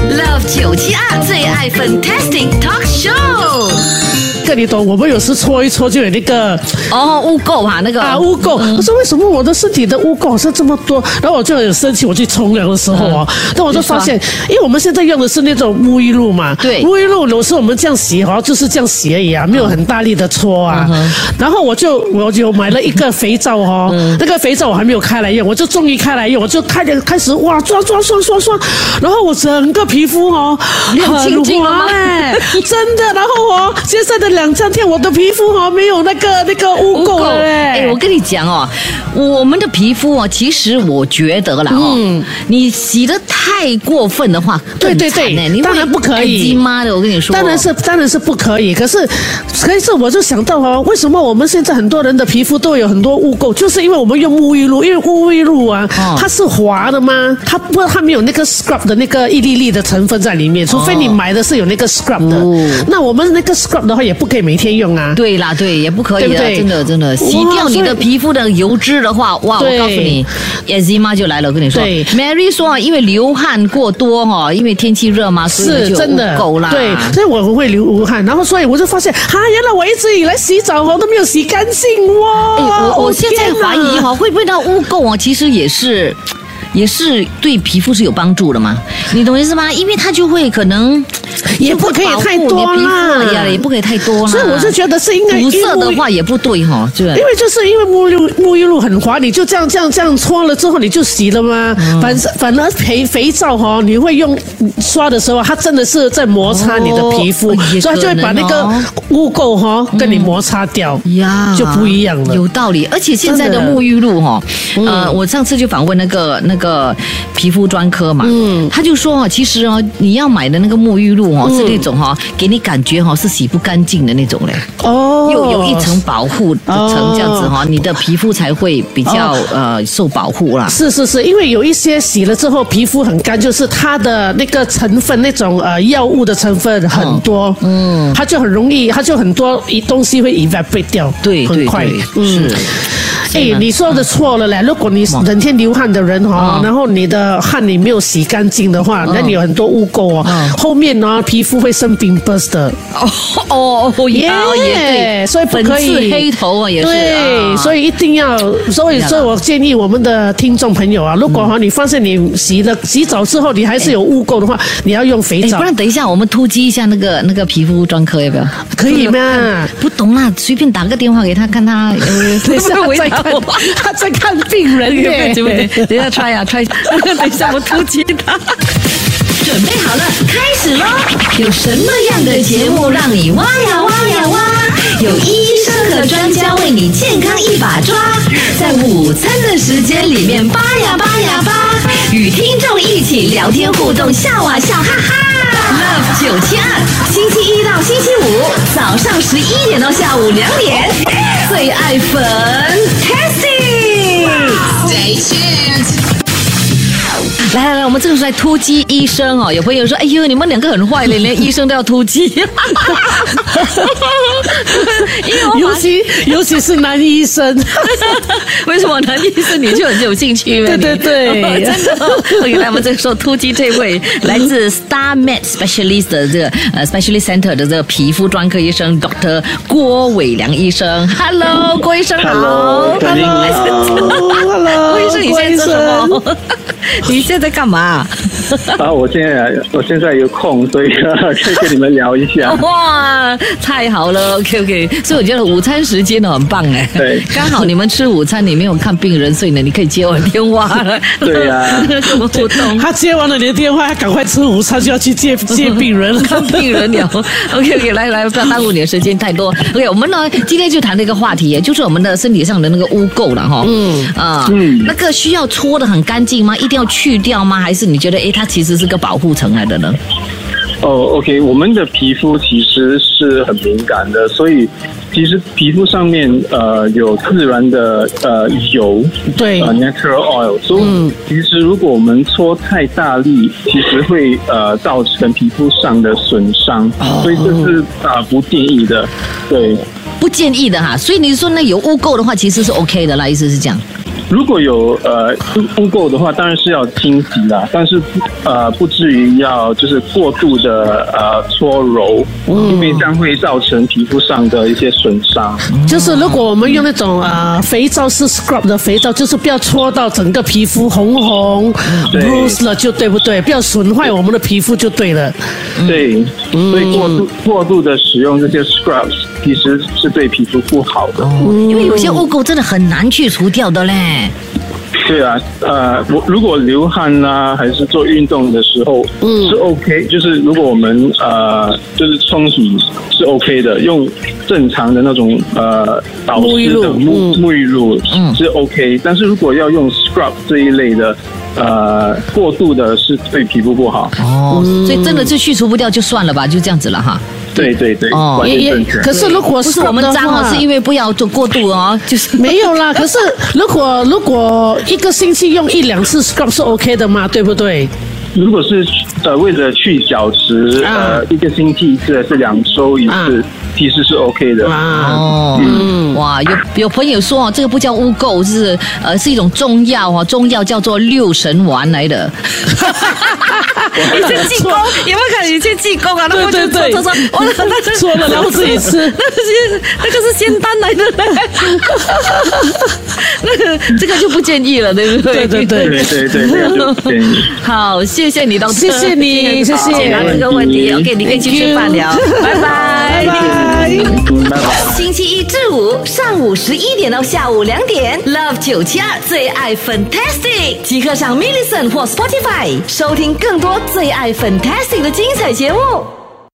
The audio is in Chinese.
Love 九七二最爱 Fantastic Talk Show。个你懂，我们有时搓一搓就有那个哦，污垢啊，那个啊污垢。我说为什么我的身体的污垢是这么多？然后我就很生气，我去冲凉的时候哦，嗯那我就发现，因为我们现在用的是那种沐浴露嘛，对沐浴露有时候我们这样洗好像就是这样洗而已啊，没有很大力的搓啊。嗯然后我就我就买了一个肥皂哦，嗯那个肥皂我还没有开来用，我就终于开来用，我就开始开始哇刷刷刷刷刷，然后我整个皮肤哦有青筋了吗很滑哎， 真的。然后哦，现在的两三天我的皮肤哦没有那个那个污垢了哎、哎我。跟你讲哦，我们的皮肤哦，其实我觉得啦哦，你洗的太过分的话，对嗯对很惨对哎你会当然不可以哎鸡妈的，我跟你说，当然是，当然是不可以。可是，可是我就想到哦，为什么我们现在很多人的皮肤都有很多污垢，就是因为我们用沐浴露，因为沐浴露啊，哦它是滑的嘛，它不，它没有那个 scrub 的那个一粒粒的成分在里面，除非你买的是有那个 scrub 的。哦那我们那个 scrub 的话，也不可以每天用啊。对啦，对，也不可以的，对不对真的真的，洗掉你的所以皮肤的油脂的话，哇，我对告诉你，也 z 妈就来了，我跟你说对，Mary 说啊，因为流汗过多哈，因为天气热嘛，所以是就真的够啦，对，所以我会流汗，然后所以我就发现，哈、原来我一直以来洗澡哦都没有洗干净哦。哎，我我现在天哪怀疑哈、会不会那污垢哦，其实也是。也是对皮肤是有帮助的 嘛，你懂意思吗？因为它就会可能也不可以太多啦就会保护你的皮肤呀，也不可以太多啦。所以我是觉得是应该堵塞的因为话也不对哈、对不因对？为就是因为沐浴露沐浴露很滑，你就这样这样这样搓了之后你就洗了嘛。嗯反反而肥肥皂哈、哦，你会用刷的时候，它真的是在摩擦你的皮肤，哦也所以它就会把那可个能哦嗯污垢哈、哦跟你摩擦掉，呀 就不一样了。有道理。而且现在的真的嗯沐浴露哈、呃，我上次就访问那个那个皮肤专科嘛，嗯，他就说哦，其实哦，你要买的那个沐浴露嗯哦，是那种哈、给你感觉哈、是洗不干净的那种嘞。哦又有一层保护的层，这样子哈、你的皮肤才会比较呃受保护啦。是是是，因为有一些洗了之后皮肤很干，就是它的那个成分那种呃药物的成分很多，嗯，它就很容易，它就很多一东西会 evaporate 掉，对很对快对，，嗯。是。哎，你说的错了嘞！如果你整天流汗的人哈、哦嗯，然后你的汗你没有洗干净的话，那你有很多污垢哦，嗯后面呢皮肤会生病 burst 的。哦哦哦，也哦也对，所以不粉可以刺黑头啊也是。对，所以以一定要，所以要了所以我建议我们的听众朋友啊，如果哈你发现你洗了洗澡之后你还是有污垢的话，你要用肥哎，皂不，然等一下我们突击一下那个那个皮肤专科要不要？可以 吗？不懂啦，随便打个电话给他看他呃 等一下会不会再回看答我。， 他在看病人耶。等一下 try 啊 try，等一 下我突击他。准备好了，开始喽！有什么样的节目让你挖呀挖呀挖？有医生和专家为你健康一把抓，在午餐的时间里面扒呀扒呀扒，与听众一起聊天互动，笑啊笑，哈哈。Love 九七二，星期一到星期五早上十一点到下午两点，最爱粉 Tessie。来来来，我们这个是在突击医生哦。有朋友说：“哎呦，你们两个很坏嘞， 连医生都要突击。”因为我尤马上其尤其是男医 生，为什么男医生你就很有兴趣呢？对你对 对真的哦。OK，来我们这个时候突击这位来自 Star Med Specialist 的这个呃 Specialist Center 的这个皮肤专科医生 Dr. 郭伟良医生。Hello，郭医生好。 Hello，大家好哎 Hello，郭医生，你现在做什么？ 你现在在干嘛？ 啊，我现在我现在有空，所以 可以跟你们聊一 下。哇，太好了，OK OK，所以我觉得午餐时间呢很棒哎，对刚好你们吃午餐，你没有看病人，所以呢你可以接我电话了，对呀跟我互动。他接完了你的电话，他赶快吃午餐就要去接接病人了。看病人了，OK OK，来来，不要耽误你的时间太多。OK，我们呢今天就谈了一个话题，就是我们的身体上的那个污垢了哈。嗯啊，嗯那个需要搓的很干净吗？一定要去掉吗？还是你觉得诶，它其实是个保护层来的呢？哦，OK，我们的皮肤其实是很敏感的，所以其实皮肤上面呃有自然的呃油，对哦呃 natural oil，所以、其实如果我们搓太大力，其实会呃造成皮肤上的损伤，所以这是啊不建议的，对。不建议的哈。所以你说那有污垢的话，其实是 OK 的啦，意思是这样。如果有呃污垢的话，当然是要清洗啦，但是呃不至于要就是过度的呃搓揉，因为这样会造成皮肤上的一些损伤。就是如果我们用那种啊、呃肥皂是 scrub 的肥皂，就是不要搓到整个皮肤红红对 bruise 了，就对不对？不要损坏我们的皮肤就对了。对，所以过度过度的使用这些 scrubs 其实是对皮肤不好的。因为有些污垢真的很难去除掉的嘞。对啊，呃，我如果流汗啦、还是做运动的时候，嗯，是 OK，就是如果我们呃，就是冲洗是 OK 的，用正常的那种呃保沐浴湿露嗯的沐沐浴露是 OK，、但是如果要用 scrub 这一类的，呃，过度的是对皮肤不好。哦，所以真的就去除不掉就算了吧，就这样子了哈。对对对，哦完也全也正确，。可是如不果是 scrub 我们的脏哦，话是因为不要做过度哦，就是没有啦， 可是如果如果一个星期用一两次 scrub 是 OK 的嘛，对不对？如果是呃为了去角质，啊呃，一个星期一次还是两周一次啊，其实是 OK 的。啊，哦，哇，有有朋友说哦，这个不叫污垢，是呃是一种中药哦，中药叫做六神丸来的。 你去济公，有没有可能你去济公啊？那不就对对对搓搓搓， 我那就搓了然后自己 吃那个是那个是仙丹来的， 那个这个就不建议了，对不对？对对对对对对，那个就建议。 好，谢谢你，到谢谢你，谢解答这谢。个问题，OK，你可以去吃饭了，拜拜。嗯，拜拜。星期一至五上午十一点到下午两点，Love 九七二最爱 Fantastic，即刻上 m i l l i c e n t 或 Spotify 收听更多最爱 Fantastic 的精彩节目。